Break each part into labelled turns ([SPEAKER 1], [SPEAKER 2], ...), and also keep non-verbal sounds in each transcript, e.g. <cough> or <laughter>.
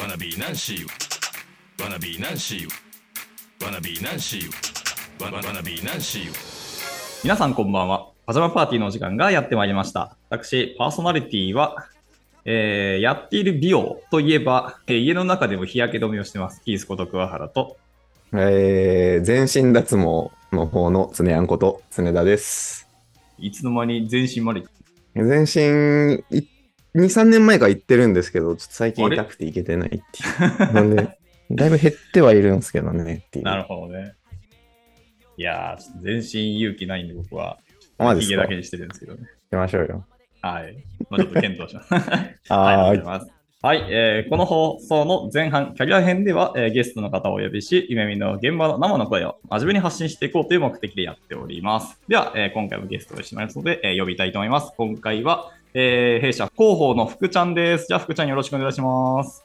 [SPEAKER 1] わなびナンシーわなびナンシーわなびナンシーわなびナンシー
[SPEAKER 2] 皆さんこんばんは。パジャマパーティーのお時間がやってまいりました。私、パーソナリティは、えーやっている美容といえば、えー家の中でも日焼け止めをしてます。キースこと桑原と、
[SPEAKER 3] えー、全身脱毛の方の常やんこと常田です。
[SPEAKER 2] いつの間に全身まで、
[SPEAKER 3] 全身い2、3年前から行ってるんですけど、ちょっと最近痛くて行けてないって
[SPEAKER 2] <laughs>
[SPEAKER 3] いう。なんで、だいぶ減ってはいるんですけどねっていう。
[SPEAKER 2] なるほどね。いやー、ちょっと全身勇気ないんで僕は、
[SPEAKER 3] まあです
[SPEAKER 2] ヒゲ
[SPEAKER 3] か
[SPEAKER 2] だ
[SPEAKER 3] 行
[SPEAKER 2] け
[SPEAKER 3] き
[SPEAKER 2] にしてるんですけどね。
[SPEAKER 3] ましょうよ。
[SPEAKER 2] はい。まあ、ちょっと検討します。
[SPEAKER 3] あ
[SPEAKER 2] は
[SPEAKER 3] ー
[SPEAKER 2] い、ありがとうございます。はい、えーこの放送の前半、キャリア編では、えーゲストの方をお呼びし、夢見の現場の生の声を真面目に発信していこうという目的でやっております。では、えー今回もゲストをしてまいりますので、えー呼びたいと思います。今回は、えー弊社広報の福ちゃんです。じゃあ、福ちゃんよろしくお願いします。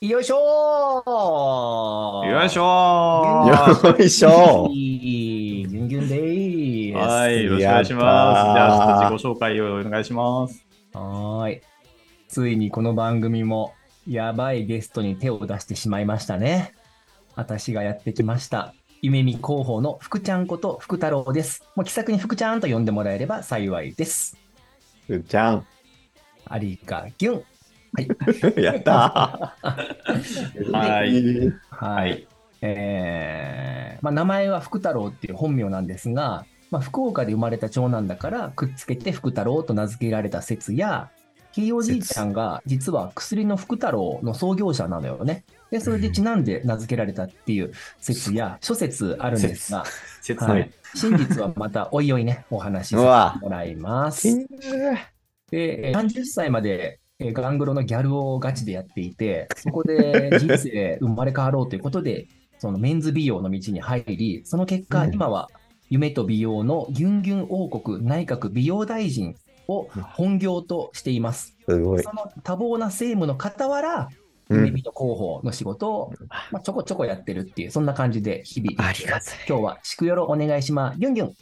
[SPEAKER 4] よいしょー
[SPEAKER 2] よいしょー。
[SPEAKER 3] よいしょ
[SPEAKER 4] ギュンギュンでーす。
[SPEAKER 2] はい、よろしくお願いします。じ
[SPEAKER 3] やったー
[SPEAKER 2] ゃあ、ちょっと自己紹介をお願いします。
[SPEAKER 4] はーい。ついにこの番組も、やばいゲストに手を出してしまいましたね。私がやってきました。夢見広報の福ちゃんこと福太郎です。もう気さくに福ちゃんと呼んでもらえれば幸いです。
[SPEAKER 3] ふーちゃん。 <laughs>
[SPEAKER 4] ありがギュン。はい。
[SPEAKER 3] やったー
[SPEAKER 2] はい。
[SPEAKER 4] は。
[SPEAKER 2] はいい。
[SPEAKER 4] えーまあ、名前は福太郎っていう本名なんですが、まあ、福岡で生まれた長男だからくっつけて福太郎と名付けられた説やひいおじいちゃんが実は薬の福太郎の創業者なのよねでそれでちなんで名付けられたっていう説や諸説あるんですが、
[SPEAKER 2] 切な。
[SPEAKER 4] はいい、真実はまたおいおいねお話しさせ
[SPEAKER 3] う
[SPEAKER 4] て
[SPEAKER 3] わ
[SPEAKER 4] もらいます。
[SPEAKER 3] キング
[SPEAKER 4] で、えー30歳まで、えーガングロのギャルをガチでやっていて、そこ
[SPEAKER 3] <laughs>
[SPEAKER 4] で人生生まれ変わろうということで、そのメンズ美容の道に入り、その結果、
[SPEAKER 3] うん
[SPEAKER 4] 今は夢と美容のギュンギュン王国内閣美容大臣を本業としています。
[SPEAKER 3] すごい
[SPEAKER 4] そ。の多忙な政務の傍ら、
[SPEAKER 3] う
[SPEAKER 4] 夢
[SPEAKER 3] ん、
[SPEAKER 4] 人広報の仕事を、まあ、ちょこちょこやってるっていう、そんな感じで日々。
[SPEAKER 3] ありがたい
[SPEAKER 4] 今日は祝よろお願いします。ギュンギュン。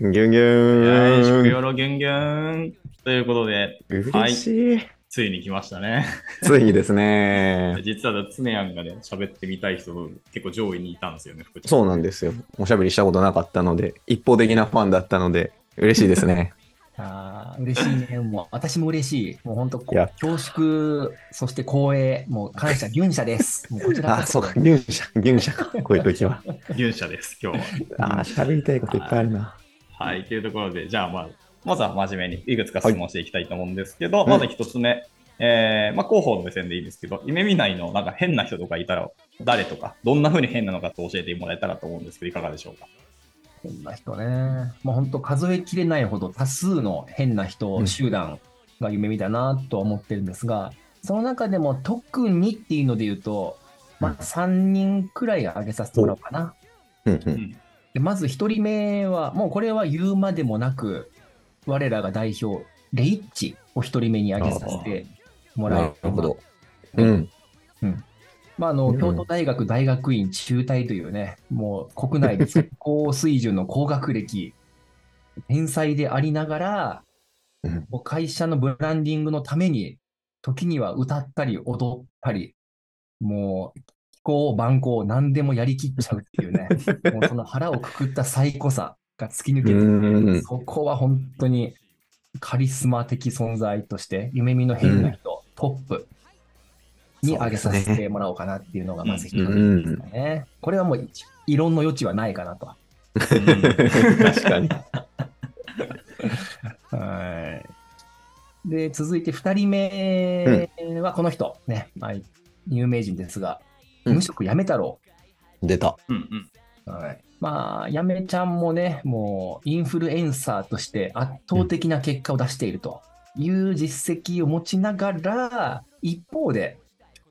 [SPEAKER 3] ギュンギュ
[SPEAKER 2] はい、食
[SPEAKER 3] ーン。
[SPEAKER 2] 用のギュンギュン。ということで、
[SPEAKER 3] 嬉しい。
[SPEAKER 2] ついに来ましたね。
[SPEAKER 3] ついにです
[SPEAKER 2] <laughs>
[SPEAKER 3] ね。
[SPEAKER 2] 実は常やんがね、喋ってみたい人結構上位にいたんですよね、福ちゃん
[SPEAKER 3] そうなんですよ。おしゃべりしたことなかったので、一方的なファンだったので、嬉しいですね。
[SPEAKER 4] ああ、嬉しいね。もう、私も嬉しい。もう本当、こ
[SPEAKER 3] いや
[SPEAKER 4] 恐縮、そして光栄、もう感謝、 <laughs> ギュンシャです。もうこちらこ
[SPEAKER 3] <laughs> あ、そうか、牛舎、牛舎か、こういう時は。
[SPEAKER 2] 勇者です、今
[SPEAKER 3] <laughs>
[SPEAKER 2] 日は。
[SPEAKER 3] あー、しゃべりたいこといっぱいあるな。
[SPEAKER 2] はい、というところで、じゃあ、まあ、まずは真面目にいくつか質問していきたいと思うんですけど、
[SPEAKER 3] い
[SPEAKER 2] まず一つ目、えーまあ、広報の目線でいいんですけど、夢見ないのなんか変な人とかいたら、誰とか、どんな風に変なのかと教えてもらえたらと思うんですけど、いかがでしょうか。
[SPEAKER 4] 変な人ね。もう本当、数えきれないほど多数の変な人、集団が夢見だなとは思ってるんですが、その中でも特にっていうので言うと、まあ、3人くらい挙げさせてもらおうかな。
[SPEAKER 3] うんう。
[SPEAKER 2] うんん
[SPEAKER 4] でまず1人目は、もうこれは言うまでもなく、我らが代表、レイッチを1人目に挙げさせてもらいます。
[SPEAKER 3] ど。うん。
[SPEAKER 4] まあ、あ
[SPEAKER 3] う
[SPEAKER 4] の
[SPEAKER 3] ん
[SPEAKER 4] 京都大学大学院中退というね、もう国内で最高水準の高学歴、天才でありながら
[SPEAKER 3] うん、
[SPEAKER 4] もう会社のブランディングのために、時には歌ったり踊ったり、もう、気候万行、何でもやりきっちゃうっていうね、もうその腹をくくった最高さが突き抜
[SPEAKER 3] う
[SPEAKER 4] けて
[SPEAKER 3] ん。
[SPEAKER 4] そこは本当にカリスマ的存在として、夢見の変な人、トップに上げさせてもらおうかなっていうのがまず一つですかね。これはもう異論の余地はないかなと。
[SPEAKER 3] 確かに。
[SPEAKER 4] はい。で、続いて2人目はこの人、ね、まあ、有名人ですが、
[SPEAKER 3] うん
[SPEAKER 4] 無職やめ太郎。
[SPEAKER 3] 出た。
[SPEAKER 2] うんうん
[SPEAKER 4] はい、まあ、やめちゃんもね、もうインフルエンサーとして圧倒的な結果を出しているという実績を持ちながら、一方で、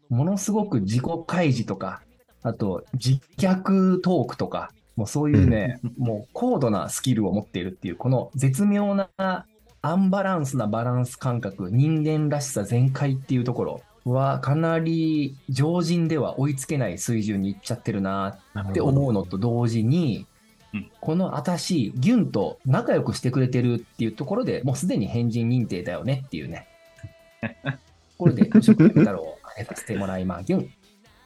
[SPEAKER 4] ものすごく自己開示とか、あと自虐トークとか、もうそういうね、もう高度なスキルを持っているっていう、この絶妙なアンバランスなバランス感覚、人間らしさ全開っていうところは、かなり常人では追いつけない水準にいっちゃってるなって思うのと同時に、
[SPEAKER 2] うん
[SPEAKER 4] この私、ギュンと仲良くしてくれてるっていうところでもうすでに変人認定だよねっていうね。とこれで、無職やめ太郎挙げさせてもらいまぎゅん。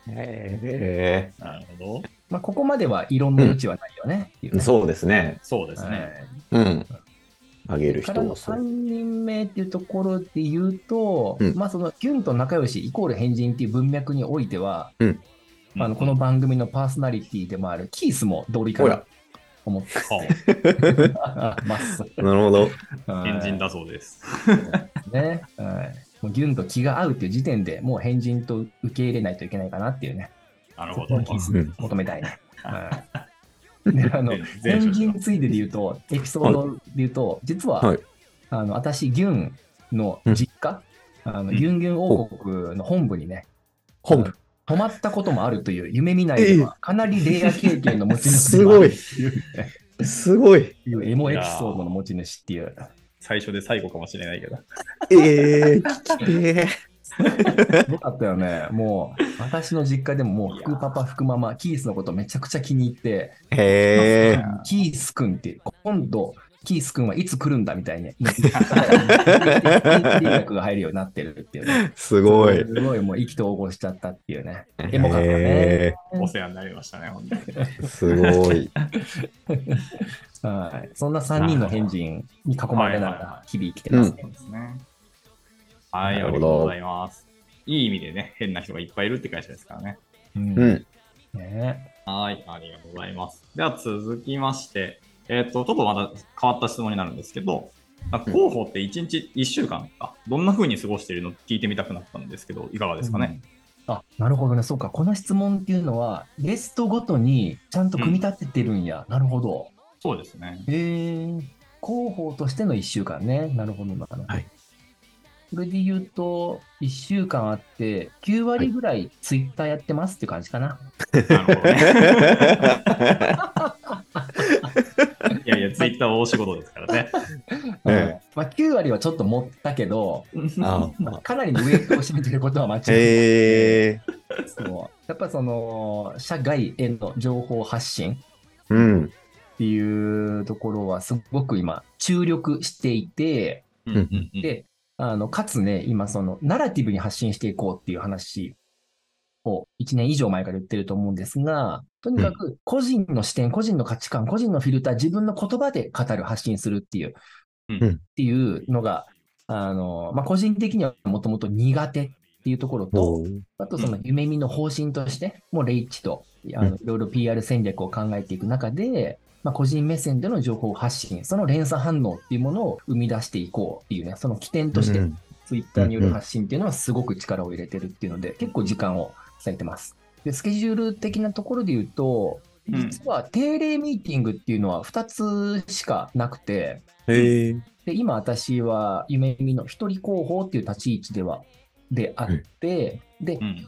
[SPEAKER 3] え
[SPEAKER 2] なるほ
[SPEAKER 4] まあ、ここまでは異論の余地はないよね。ってい
[SPEAKER 3] え
[SPEAKER 4] ね
[SPEAKER 3] そうですね
[SPEAKER 2] ど。。そうです
[SPEAKER 4] は
[SPEAKER 2] ね。
[SPEAKER 4] い
[SPEAKER 3] うん。あげる
[SPEAKER 4] か
[SPEAKER 3] 人
[SPEAKER 4] らの
[SPEAKER 3] もそ
[SPEAKER 4] 3
[SPEAKER 3] う。
[SPEAKER 4] 人目っていうところで言うと、
[SPEAKER 3] うん
[SPEAKER 4] まあそのギュンと仲良しイコール変人っていう文脈においては、
[SPEAKER 3] うん
[SPEAKER 4] まああのこの番組のパーソナリティでもあるキースも同理かなと思って <laughs> ます。
[SPEAKER 3] なるほど。
[SPEAKER 2] 変人
[SPEAKER 4] だ。
[SPEAKER 2] だそうです。
[SPEAKER 4] ね。はいもうギュンと気が合うっていう時点でもう変人と受け入れないといけないかなっていうね、
[SPEAKER 2] なる
[SPEAKER 4] そ
[SPEAKER 2] ほ
[SPEAKER 4] こ
[SPEAKER 2] ど
[SPEAKER 4] の。キース
[SPEAKER 3] うん
[SPEAKER 4] 求めたいね。はいであの
[SPEAKER 2] 全 <laughs> 全職
[SPEAKER 4] 変人ついでで言うと、エピソードで言うと、実は、
[SPEAKER 3] はい
[SPEAKER 4] あの私、ギュンの実家、あの
[SPEAKER 2] うん
[SPEAKER 4] ギュンギュン王国の本部にね、
[SPEAKER 3] 本部。
[SPEAKER 4] 泊まったこともあるという夢見ないでは、かなりレア経験の持ち主
[SPEAKER 3] す
[SPEAKER 4] でもあ
[SPEAKER 3] ご
[SPEAKER 4] る
[SPEAKER 3] い。すごい。
[SPEAKER 4] というエモエピソードの持ち主っていう、
[SPEAKER 2] 最初で最後かもしれないけど。
[SPEAKER 3] ええ聞きて
[SPEAKER 4] すごかったよね。もう、私の実家でももう、福パパ、福ママ、キースのことめちゃくちゃ気に入って、
[SPEAKER 3] え。へえ。
[SPEAKER 4] キースくんって、今度、キースくんはいつ来るんだみた <laughs> いに、連絡が入るようになってるっていうね。
[SPEAKER 3] すごい。
[SPEAKER 4] すごいもう意気投合しちゃったっていうね。エモかったね。
[SPEAKER 3] へ
[SPEAKER 2] お世話になりましたね、本当に。
[SPEAKER 3] え。すごい。
[SPEAKER 4] はい。そんな3人の変人に囲まれながら日々生きてますね。
[SPEAKER 2] そうですね。はい、あり
[SPEAKER 3] なる
[SPEAKER 2] がと
[SPEAKER 3] ほど
[SPEAKER 2] うございます。いい意味でね、変な人がいっぱいいるって会社ですからね。
[SPEAKER 4] うん
[SPEAKER 3] うん。
[SPEAKER 4] ね
[SPEAKER 2] はい、ありがとうございます。では続きまして、えっ、と、ちょっとまた変わった質問になるんですけど、なんか広報って1日1週間か、どんな風に過ごしているの聞いてみたくなったんですけど、いかがですかね。
[SPEAKER 4] うんあ、なるほどね。そうか。この質問っていうのは、ゲストごとにちゃんと組み立ててるんや。なるほど。
[SPEAKER 2] そうですね。
[SPEAKER 4] へえ。広報としての1週間ね。なるほどな。
[SPEAKER 3] はい
[SPEAKER 4] それで言うと、1週間あって、9割ぐらいツイッターやってますって感じかな。
[SPEAKER 2] なるほどね。
[SPEAKER 3] <laughs>
[SPEAKER 2] いやいや、ツイッターは大仕事ですからね。
[SPEAKER 3] え
[SPEAKER 4] うんまあ、9割はちょっと持ったけど、
[SPEAKER 3] あ
[SPEAKER 4] まあかなりのウェイトを占めてることは間違いない。
[SPEAKER 3] え <laughs> え。
[SPEAKER 4] そうやっぱその社外への情報発信
[SPEAKER 3] うん。
[SPEAKER 4] っていうところはすごく今注力していて、
[SPEAKER 2] うんうんうん
[SPEAKER 4] で、あの、かつね、今そのナラティブに発信していこうっていう話を1年以上前から言ってると思うんですが、とにかく個人の視点、個人の価値観、個人のフィルター、自分の言葉で語る、発信するっていう、
[SPEAKER 2] うん
[SPEAKER 4] っていうのが、あの、まあ、個人的にはもともと苦手っていうところと、
[SPEAKER 3] おう
[SPEAKER 4] あとその夢見の方針として、もうレイチとあ
[SPEAKER 3] う
[SPEAKER 4] のいろいろ PR 戦略を考えていく中で、まあ、個人目線での情報発信、その連鎖反応っていうものを生み出していこうっていうね、その起点として
[SPEAKER 3] う、ん
[SPEAKER 4] ツイッターによる発信っていうのはすごく力を入れてるっていうので、結構時間を割いてます。で、スケジュール的なところで言うと、
[SPEAKER 2] うん
[SPEAKER 4] 実は定例ミーティングっていうのは2つしかなくて、
[SPEAKER 3] へえ。
[SPEAKER 4] で、今私は夢見の一人広報っていう立ち位置では、であって、で
[SPEAKER 2] う、ん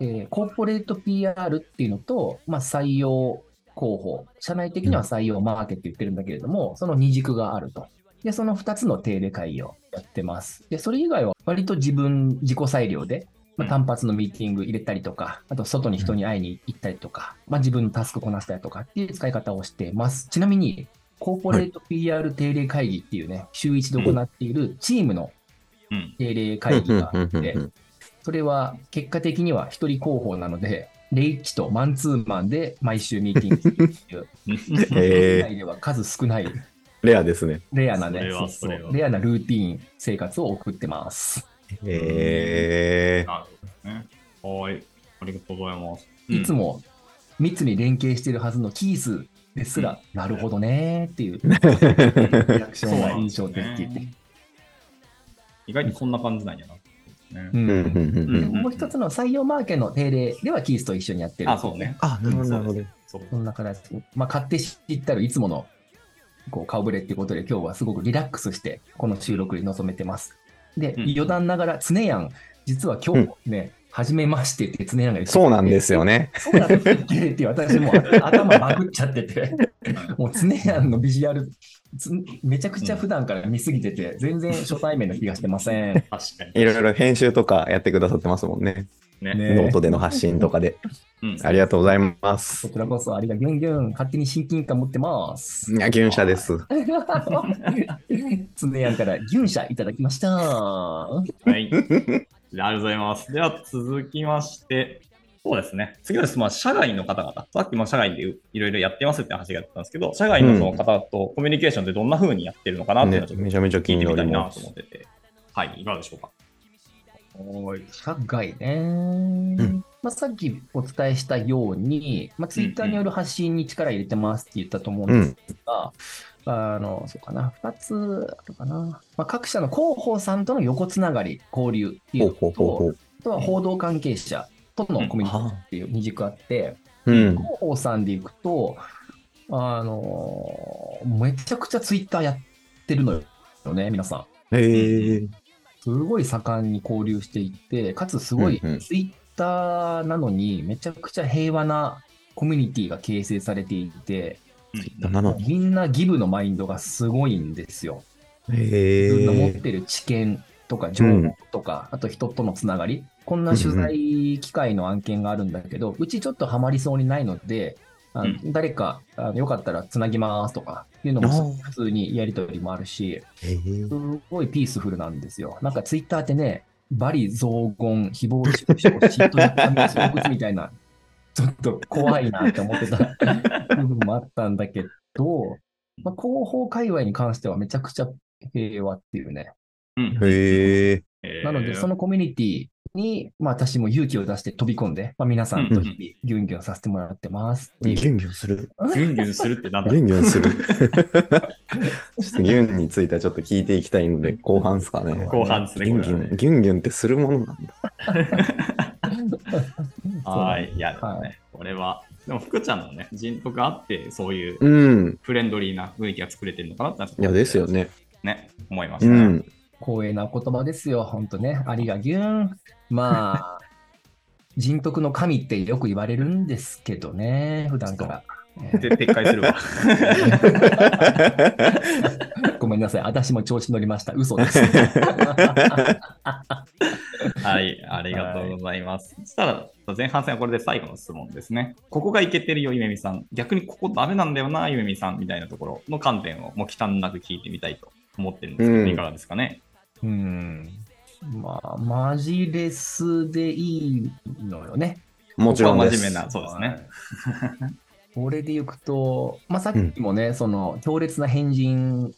[SPEAKER 4] えーコーポレート PR っていうのと、まあ、採用広報、社内的には採用マーケットって言ってるんだけれども、その二軸があると。で、その2つの定例会議をやってます。で、それ以外は割と自分、自己裁量で、まあ、単発のミーティング入れたりとか、あと外に人に会いに行ったりとか、まあ、自分のタスクこなしたりとかっていう使い方をしてます。ちなみに、コーポレート PR 定例会議っていうね、週一で行っているチームの
[SPEAKER 2] うん
[SPEAKER 4] 定例
[SPEAKER 3] うん
[SPEAKER 4] 会議
[SPEAKER 3] うん
[SPEAKER 4] があっ
[SPEAKER 3] うん
[SPEAKER 4] て
[SPEAKER 3] う、ん
[SPEAKER 4] それは結果的には一人広報なので、レイチとマンツーマンで毎週ミーティングするっていう、
[SPEAKER 3] うんへ
[SPEAKER 4] 世
[SPEAKER 3] え。
[SPEAKER 4] 界では数少ない
[SPEAKER 3] レアですね。
[SPEAKER 4] レアなね
[SPEAKER 2] それは
[SPEAKER 4] そうそ
[SPEAKER 2] そ
[SPEAKER 4] う
[SPEAKER 2] れは
[SPEAKER 4] レアなルーティーン生活を送ってます。
[SPEAKER 3] へえ。
[SPEAKER 2] なるほ <laughs> どね。はい。ありがとうございます。
[SPEAKER 4] いつ
[SPEAKER 2] も。
[SPEAKER 4] も密に連携してるはずのキースですら、なるほどねーっていうリアクションが印象的。
[SPEAKER 2] 意外にそんな感じなんやな。ね
[SPEAKER 4] う
[SPEAKER 3] う
[SPEAKER 4] ん
[SPEAKER 3] んうんうんう
[SPEAKER 4] で
[SPEAKER 3] ん
[SPEAKER 4] もう一つの採用マーケの定例ではキースと一緒にやってる。
[SPEAKER 2] あ、そうね。
[SPEAKER 3] あ、なるほどなるほど。
[SPEAKER 2] そう
[SPEAKER 4] そんな形。まあ、買って知ったらいつものこう顔ぶれっていうことで、今日はすごくリラックスして、この収録に臨めてます。で、
[SPEAKER 2] うん
[SPEAKER 4] 余談ながら、常やん、実は今日ね、初めましてって常やんが言って
[SPEAKER 3] そうなんですよ。ね。
[SPEAKER 4] そうなんですよねって私もう頭まくっちゃって
[SPEAKER 2] <laughs>
[SPEAKER 4] て、もう常やんのビジュアル、つめちゃくちゃ普段から見すぎてて、全然初対面の気がしてません。
[SPEAKER 2] 確かに。
[SPEAKER 3] いろいろ編集とかやってくださってますもんね。
[SPEAKER 2] ね。
[SPEAKER 4] ね
[SPEAKER 3] ノートでの発信とかで。
[SPEAKER 2] うん。
[SPEAKER 3] ありがとうございます
[SPEAKER 4] こ。ちらこそありがギュンギュン、勝手に親近感持ってます。
[SPEAKER 3] いや、ギュンシャです。
[SPEAKER 4] <laughs> 常やんからギュン社いただきました。
[SPEAKER 2] はい。ありがとうございます。では続きまして、そうですね。次はですね、まあ、社外の方々。さっきも社外でいろいろやってますって話があったんですけど、社外のその方とコミュニケーションってどんな風にやってるのかなっていうの
[SPEAKER 3] ね
[SPEAKER 2] はちょっと
[SPEAKER 3] めちゃめちゃ気
[SPEAKER 2] 聞い
[SPEAKER 3] に
[SPEAKER 2] てみ
[SPEAKER 3] な
[SPEAKER 2] たい
[SPEAKER 3] り
[SPEAKER 2] な
[SPEAKER 3] ま
[SPEAKER 2] と
[SPEAKER 3] す
[SPEAKER 2] 思っ。てて。はい、いかがでしょうか。
[SPEAKER 4] おー社外ね、
[SPEAKER 3] ん
[SPEAKER 4] まあ、さっきお伝えしたように、まあ、ツイッターによる発信に力入れてますって言ったと思う
[SPEAKER 3] う
[SPEAKER 4] んです
[SPEAKER 3] ん。
[SPEAKER 4] が、あの、そうかな、2つあるかな。まあ、各社の広報さんとの横つながり、交流ってい
[SPEAKER 3] ほ
[SPEAKER 4] う
[SPEAKER 3] うほうほう
[SPEAKER 4] の
[SPEAKER 3] ほ
[SPEAKER 4] と、
[SPEAKER 3] う。
[SPEAKER 4] あとは報道関係者とのコミュニケーション
[SPEAKER 3] はあ
[SPEAKER 4] っていう二軸あって、
[SPEAKER 3] うん。
[SPEAKER 4] 広報さんでいくと、あの、めちゃくちゃツイッターやってるのよね、皆さん。
[SPEAKER 3] へえ。
[SPEAKER 4] すごい盛んに交流していて、かつすごい
[SPEAKER 3] うんうん
[SPEAKER 4] ツイッターなのにめちゃくちゃ平和なコミュニティが形成されていて、
[SPEAKER 3] だなのに。
[SPEAKER 4] みんなギブのマインドがすごいんですよ。
[SPEAKER 3] へ
[SPEAKER 4] 自分の持っ
[SPEAKER 3] え。
[SPEAKER 4] てる知見とか情報とか、あと人とのつながり、こんな取材機会の案件があるんだけど、うちちょっとハマりそうにないので、あの誰かあのよかったらつなぎますとかっていうのも
[SPEAKER 3] あ
[SPEAKER 4] 普通にやり取りもあるし、
[SPEAKER 3] へー
[SPEAKER 4] すごいピースフルなんですよ。なんかツイッターってね、バリ雑言、誹謗中傷、嫉妬、妬み、憎悪みたいな、ちょっと怖いなって思ってた部分もあったんだけど、まあ、広報界隈に関してはめちゃくちゃ平和っていうね。
[SPEAKER 2] うん
[SPEAKER 3] へえ。
[SPEAKER 4] なので、そのコミュニティに、まあ、私も勇気を出して飛び込んで、まあ、皆さんと日々ギュンギュンさせてもらってますって
[SPEAKER 3] ギ
[SPEAKER 4] い
[SPEAKER 3] <laughs> ュ
[SPEAKER 4] う。。
[SPEAKER 3] ンギュンする。
[SPEAKER 2] <laughs> ギュンギュンするってなんだ
[SPEAKER 3] <laughs> ギュンギュンする。ちょっとギュンについてはちょっと聞いていきたいので、後半ですかね。
[SPEAKER 2] 後半ですね
[SPEAKER 3] ギュンギ
[SPEAKER 2] これは
[SPEAKER 3] ュ
[SPEAKER 2] ね
[SPEAKER 3] ン、ギュンギュンってするものなんだ。
[SPEAKER 2] はいい、いや、でも
[SPEAKER 4] は
[SPEAKER 2] ね、これは、でも福ちゃんのね、人徳あって、そういう
[SPEAKER 3] うん。
[SPEAKER 2] フレンドリーな雰囲気が作れてるのかなって、
[SPEAKER 3] いや、ですよ。ね。
[SPEAKER 2] ね、思いまし
[SPEAKER 3] う
[SPEAKER 2] たね。
[SPEAKER 3] ん。
[SPEAKER 4] 光栄なお言葉ですよ、本当ね。ありがぎゅん。
[SPEAKER 2] <laughs>
[SPEAKER 4] まあ、人徳の神ってよく言われるんですけどね、普段から。
[SPEAKER 2] で撤回す
[SPEAKER 3] <laughs>
[SPEAKER 2] るわ。
[SPEAKER 4] ごめんなさい、私も調子乗りました。
[SPEAKER 2] <laughs>
[SPEAKER 4] 嘘です。
[SPEAKER 2] はい、ありがとうございます。そしたら、前半戦はこれで最後の質問ですね。ここがいけてるよ、ゆめみさん。逆にここダメなんだよな、ゆめみさん、みたいなところの観点を、もう忌憚なく聞いてみたいと思ってるんですけ
[SPEAKER 3] う
[SPEAKER 2] ど、
[SPEAKER 3] ん
[SPEAKER 2] いかがですかね。
[SPEAKER 4] うん。まあ、マジレスでいいのよね。
[SPEAKER 3] もちろん
[SPEAKER 2] ここは
[SPEAKER 3] で
[SPEAKER 2] 真
[SPEAKER 3] す。
[SPEAKER 2] 面目な、そうですね。
[SPEAKER 4] <laughs> これでいくと、まあ、さっきもね、その強烈な変人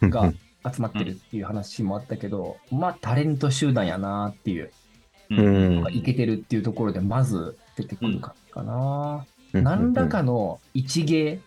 [SPEAKER 3] うん
[SPEAKER 4] が集まってるっていう話もあったけど、まあ、タレント集団やなっていう。
[SPEAKER 2] う
[SPEAKER 3] うん
[SPEAKER 4] いけてるっていうところでまず出てくるかかな、
[SPEAKER 3] うん
[SPEAKER 4] 何らかの一芸、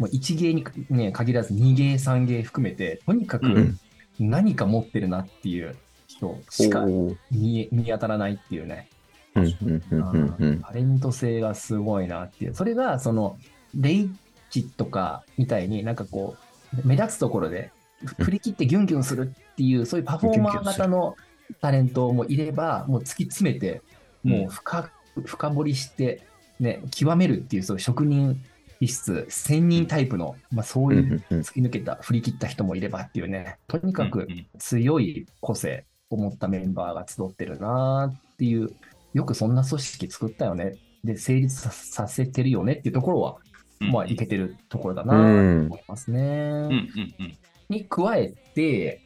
[SPEAKER 4] もう一芸に、ね、限らず二芸三芸含めてとにか
[SPEAKER 2] う
[SPEAKER 4] く
[SPEAKER 3] ん
[SPEAKER 4] 何か持ってるなっていう人しか
[SPEAKER 3] おー
[SPEAKER 4] 見え見当たらないっていうね、
[SPEAKER 3] うんうんうんうんうん
[SPEAKER 4] タレント性がすごいなっていうそれがそのレイチとかみたいになんかこう目立つところでふ振り切ってギュンギュンするっていうそういうパフォーマー型のタレントもいればもう突き詰めてもう深く深掘りして、ね、極めるっていうそういう職人気質専人タイプの、まあ、そう
[SPEAKER 3] うん
[SPEAKER 4] いううん
[SPEAKER 3] うん
[SPEAKER 4] 突き抜けた振り切った人もいればっていうねとにか
[SPEAKER 2] う
[SPEAKER 4] く
[SPEAKER 2] んうん
[SPEAKER 4] 強い個性を持ったメンバーが集ってるなーっていうよくそんな組織作ったよねで成立ささせてるよねっていうところは、
[SPEAKER 2] うん
[SPEAKER 4] まあいけてるところだなと
[SPEAKER 3] うん
[SPEAKER 4] 思いますね。
[SPEAKER 2] うんうんうん。
[SPEAKER 4] に加えて、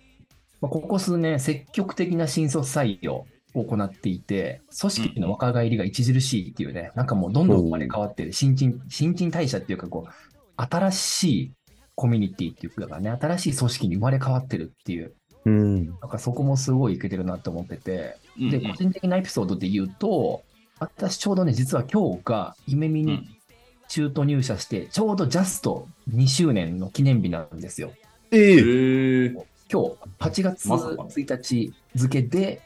[SPEAKER 4] まあ、ここ数年積極的な新卒採用を行っていて組織の若返りが著しいっていうね、なんかもうどんどん生まれ変わってる新陳新陳代謝っていうかこう新しいコミュニティっていうかね新しい組織に生まれ変わってるっていう
[SPEAKER 3] うん
[SPEAKER 4] なんかそこもすごいいけてるなと思ってて
[SPEAKER 2] うん
[SPEAKER 4] で個人的なエピソードで言うと私ちょうどね実は今日が夢見
[SPEAKER 2] うん
[SPEAKER 4] に中途入社してちょうどジャスト2周年の記念日なんですよ。
[SPEAKER 3] え
[SPEAKER 2] へ
[SPEAKER 3] え
[SPEAKER 2] ー
[SPEAKER 4] 今日8月
[SPEAKER 2] まさか
[SPEAKER 4] 1日付で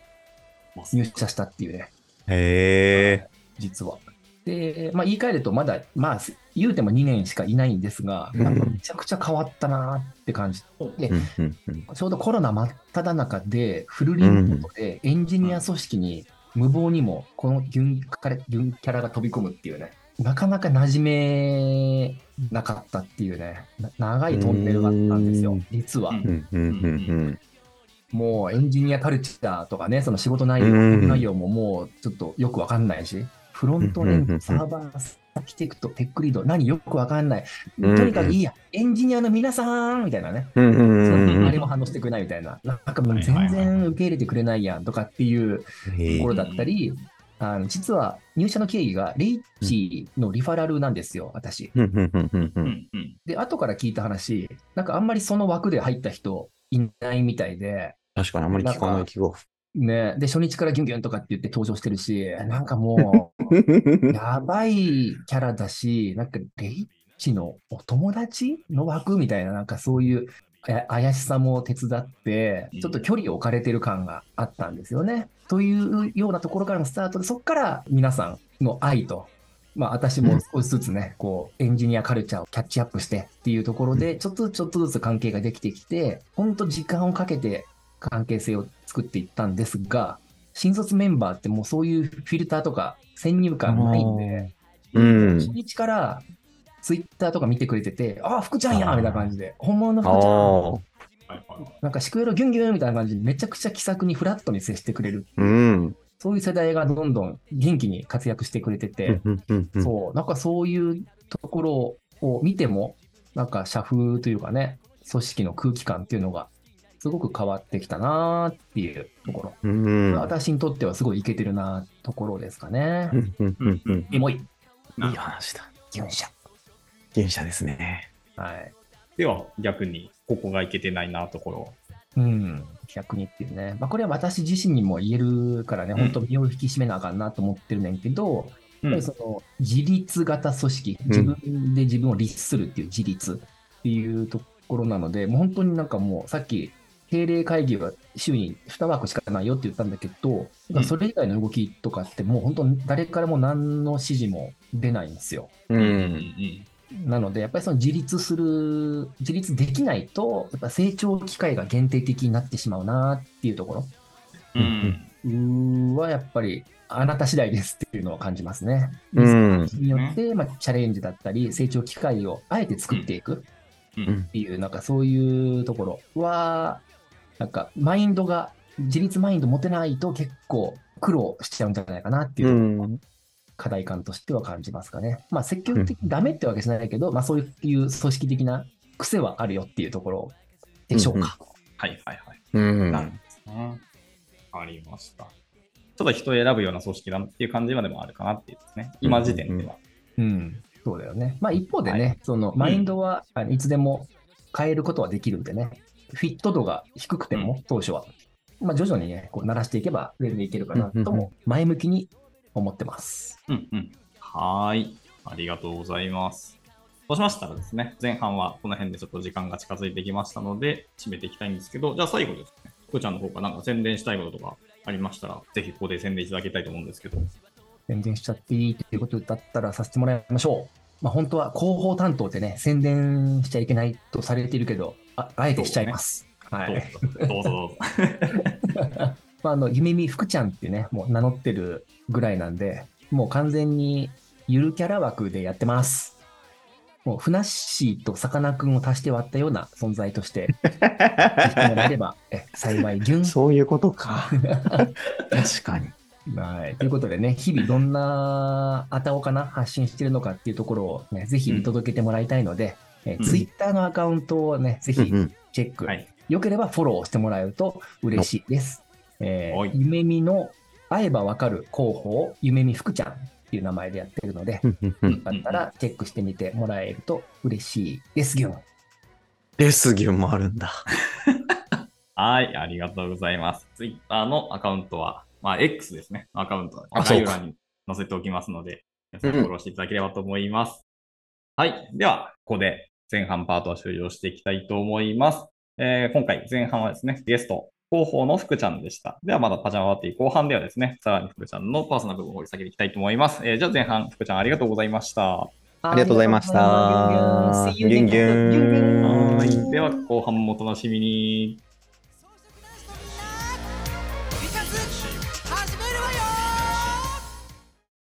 [SPEAKER 4] 入社したっていうね、
[SPEAKER 3] へ
[SPEAKER 4] 実は。で、まあ、言い換えると、まだ、まあ、言うても2年しかいないんですが、
[SPEAKER 3] うん
[SPEAKER 4] なんかめちゃくちゃ変わったなーって感じ。で
[SPEAKER 3] え。うんうんうん
[SPEAKER 4] ちょうどコロナ真っ只中で、フルリモートでエンジニア組織に無謀にも、このギュンカレギュンキャラが飛び込むっていうね、なかなか馴染めなかったっていうね、な長いトンネルだったんです
[SPEAKER 3] う
[SPEAKER 4] よ
[SPEAKER 3] ん、
[SPEAKER 4] 実は。
[SPEAKER 3] うんうんうん
[SPEAKER 4] もうエンジニアカルチャーとかね、その仕事内容,、
[SPEAKER 3] うん
[SPEAKER 4] 内容ももうちょっとよくわかんないし、フロントエ
[SPEAKER 3] うんう
[SPEAKER 4] ン
[SPEAKER 3] んうんうん
[SPEAKER 4] ド、サーバー、アーキテクト、テックリード、何よくわかんない。
[SPEAKER 3] う
[SPEAKER 4] と
[SPEAKER 3] ん
[SPEAKER 4] にかくいいや、エンジニアの皆さんみたいなね。
[SPEAKER 3] うんうん
[SPEAKER 4] そ
[SPEAKER 3] うんうんん。
[SPEAKER 4] あれも反応してくれないみたいな。なんかもう
[SPEAKER 2] はい
[SPEAKER 4] 全
[SPEAKER 2] はい
[SPEAKER 4] 然受け入れてくれないやんとかっていうと
[SPEAKER 3] え
[SPEAKER 4] ころだったり、あの実は入社の経緯がレイチのリファラルなんですよ、私。
[SPEAKER 3] うんうんうんうんう
[SPEAKER 2] うんんうん
[SPEAKER 4] で、後から聞いた話、なんかあんまりその枠で入った人いないみたいで、
[SPEAKER 3] 確かにあんまり聞かない気が。
[SPEAKER 4] ね、で、初日からギュンギュンとかって言って登場してるし、なんかもう、 <laughs> やばいキャラだし、なんかレイチのお友達の枠みたいな、なんかそういうあ怪しさも手伝って
[SPEAKER 2] うん、
[SPEAKER 4] ちょっと距離を置かれてる感があったんですよね。というようなところからのスタートで、そこから皆さんの愛と、まあ私も少しずつね、こうエンジニアカルチャーをキャッチアップしてっていうところで、ちょっとずつちょっとずつ関係ができてきて、ほんと時間をかけて関係性を作っていったんですが、新卒メンバーってもうそういうフィルターとか先入観ないんで、
[SPEAKER 3] うん
[SPEAKER 4] 初日からツイッターとか見てくれてて、ああ、福ちゃんや
[SPEAKER 3] あー
[SPEAKER 4] みたいな感じで、本物の
[SPEAKER 3] あ
[SPEAKER 4] 福ちゃん、
[SPEAKER 3] あ。
[SPEAKER 2] はいはいはい
[SPEAKER 4] なんかシクエロギュンギュンみたいな感じで、めちゃくちゃ気さくにフラットに接してくれる、
[SPEAKER 3] うん。
[SPEAKER 4] そういう世代がどんどん元気に活躍してくれてて、
[SPEAKER 3] そ
[SPEAKER 4] そう、なんかそういうところを見ても、なんか社風というかね、組織の空気感っていうのが、すごく変わってきたなーっていうところ。
[SPEAKER 3] うん。うん。
[SPEAKER 4] 私にとってはすごいイケてるなところですかね
[SPEAKER 3] う。んうんうんうん
[SPEAKER 4] エモい、
[SPEAKER 3] いい話だ。
[SPEAKER 4] 勇者。
[SPEAKER 3] 原社ですね。
[SPEAKER 4] はい。
[SPEAKER 2] では逆にここがいけてないなところ
[SPEAKER 4] うん、逆にっていうね。まあ、これは私自身にも言えるからね、
[SPEAKER 2] ん
[SPEAKER 4] 本当身を引き締めなあかんなと思ってるねんけど、
[SPEAKER 2] うん
[SPEAKER 4] やっぱりその自立型組織、
[SPEAKER 3] ん
[SPEAKER 4] 自分で自分を律するっていう自立っていうところなので、もう本当になんかもうさっき、定例会議は週に2枠しかないよって言ったんだけど、
[SPEAKER 2] うん
[SPEAKER 4] それ以外の動きとかってもう本当に誰からも何の指示も出ないんですよ。
[SPEAKER 3] う。
[SPEAKER 2] うん
[SPEAKER 4] なので、やっぱりその自立する、自立できないと、やっぱ成長機会が限定的になってしまうなっていうところ
[SPEAKER 2] うん
[SPEAKER 4] うーは、やっぱりあなた次第ですっていうのを感じますね。
[SPEAKER 3] うん。
[SPEAKER 4] によって、まあ、チャレンジだったり、成長機会をあえて作っていくっていう、なんかそういうところは、なんかマインドが、自立マインド持てないと結構苦労しちゃうんじゃないかなっていううところ
[SPEAKER 3] ん。
[SPEAKER 4] 課題感としては感じますかね。まあ、積極的にダメってわけじゃないけど、まあ、そういう組織的な癖はあるよっていうところでしょうか。
[SPEAKER 2] はいはいはい
[SPEAKER 3] うん。
[SPEAKER 2] なるねありましたちょっと人を選ぶような組織だなっていう感じはでもあるかなっていうですね今時点では
[SPEAKER 4] うん、そうだよね。まあ、一方でね、そのマインドは、あのいつでも変えることはできるんでね、フィット度が低くても、当初は、まあ、徐々にね、こう慣らしていけば上でいけるかなと
[SPEAKER 3] うんうんう
[SPEAKER 4] も、前向きに思ってます。
[SPEAKER 2] うんうんはーいありがとうございますそうしましたらですね前半はこの辺でちょっと時間が近づいてきましたので締めていきたいんですけどじゃあ最後ですね福ちゃんの方からなんか宣伝したいこととかありましたらぜひここで宣伝いただきたいと思うんですけど
[SPEAKER 4] 宣伝しちゃっていいということだったらさせてもらいましょう。まあ、本当は広報担当ってね、宣伝しちゃいけないとされているけど、ああえてしちゃいます。は
[SPEAKER 2] どう
[SPEAKER 4] い。
[SPEAKER 2] ぞどうぞどうぞ
[SPEAKER 4] まあ、あの、ゆめみ福ちゃんってね、もう名乗ってるぐらいなんで、もう完全にゆるキャラ枠でやってます。もう、ふなっしーとさかなクンを足して割ったような存在として、してもらえれば、 <laughs> え幸い、ギュン
[SPEAKER 3] そういうことか。確かに。
[SPEAKER 4] はい。ということでね、日々どんなあたおかな発信してるのかっていうところを、ね、ぜひ見届けてもらいたいので、え
[SPEAKER 2] うん
[SPEAKER 4] ツイッター Twitter のアカウントをね、ぜひ
[SPEAKER 3] うん
[SPEAKER 4] チェック。
[SPEAKER 2] はい
[SPEAKER 4] よければフォローしてもらえると嬉しいです。え
[SPEAKER 2] はい
[SPEAKER 4] ー、夢見の会えばわかる広報、夢見福ちゃんっていう名前でやってるので、よ
[SPEAKER 3] うん。
[SPEAKER 4] かったらチェックしてみてもらえると嬉しいです。ギュン。
[SPEAKER 3] レスギュンもあるんだ。
[SPEAKER 2] はい、ありがとうございます。Twitter のアカウントは、まあ、X ですね。アカウントは
[SPEAKER 3] あ
[SPEAKER 2] 概要
[SPEAKER 3] そうか
[SPEAKER 2] 欄に載せておきますので、皆さんフォローしていただければと思います。はい、では、ここで前半パートは終了していきたいと思います。えー今回前半はですね、ゲスト、広報の福ちゃんでした。では、まだパジャマパーティー後半ではですね、さらに福ちゃんのパーソナル部分を掘り下げていきたいと思います。えーじゃあ前半、福ちゃんありがとうございました。
[SPEAKER 4] あ
[SPEAKER 3] ありがとうございました
[SPEAKER 4] りがとうございますギュンギュン
[SPEAKER 3] ギュン
[SPEAKER 4] See you next time.
[SPEAKER 3] ギュン
[SPEAKER 4] ギュンギュン
[SPEAKER 2] では、後半もお楽しみに。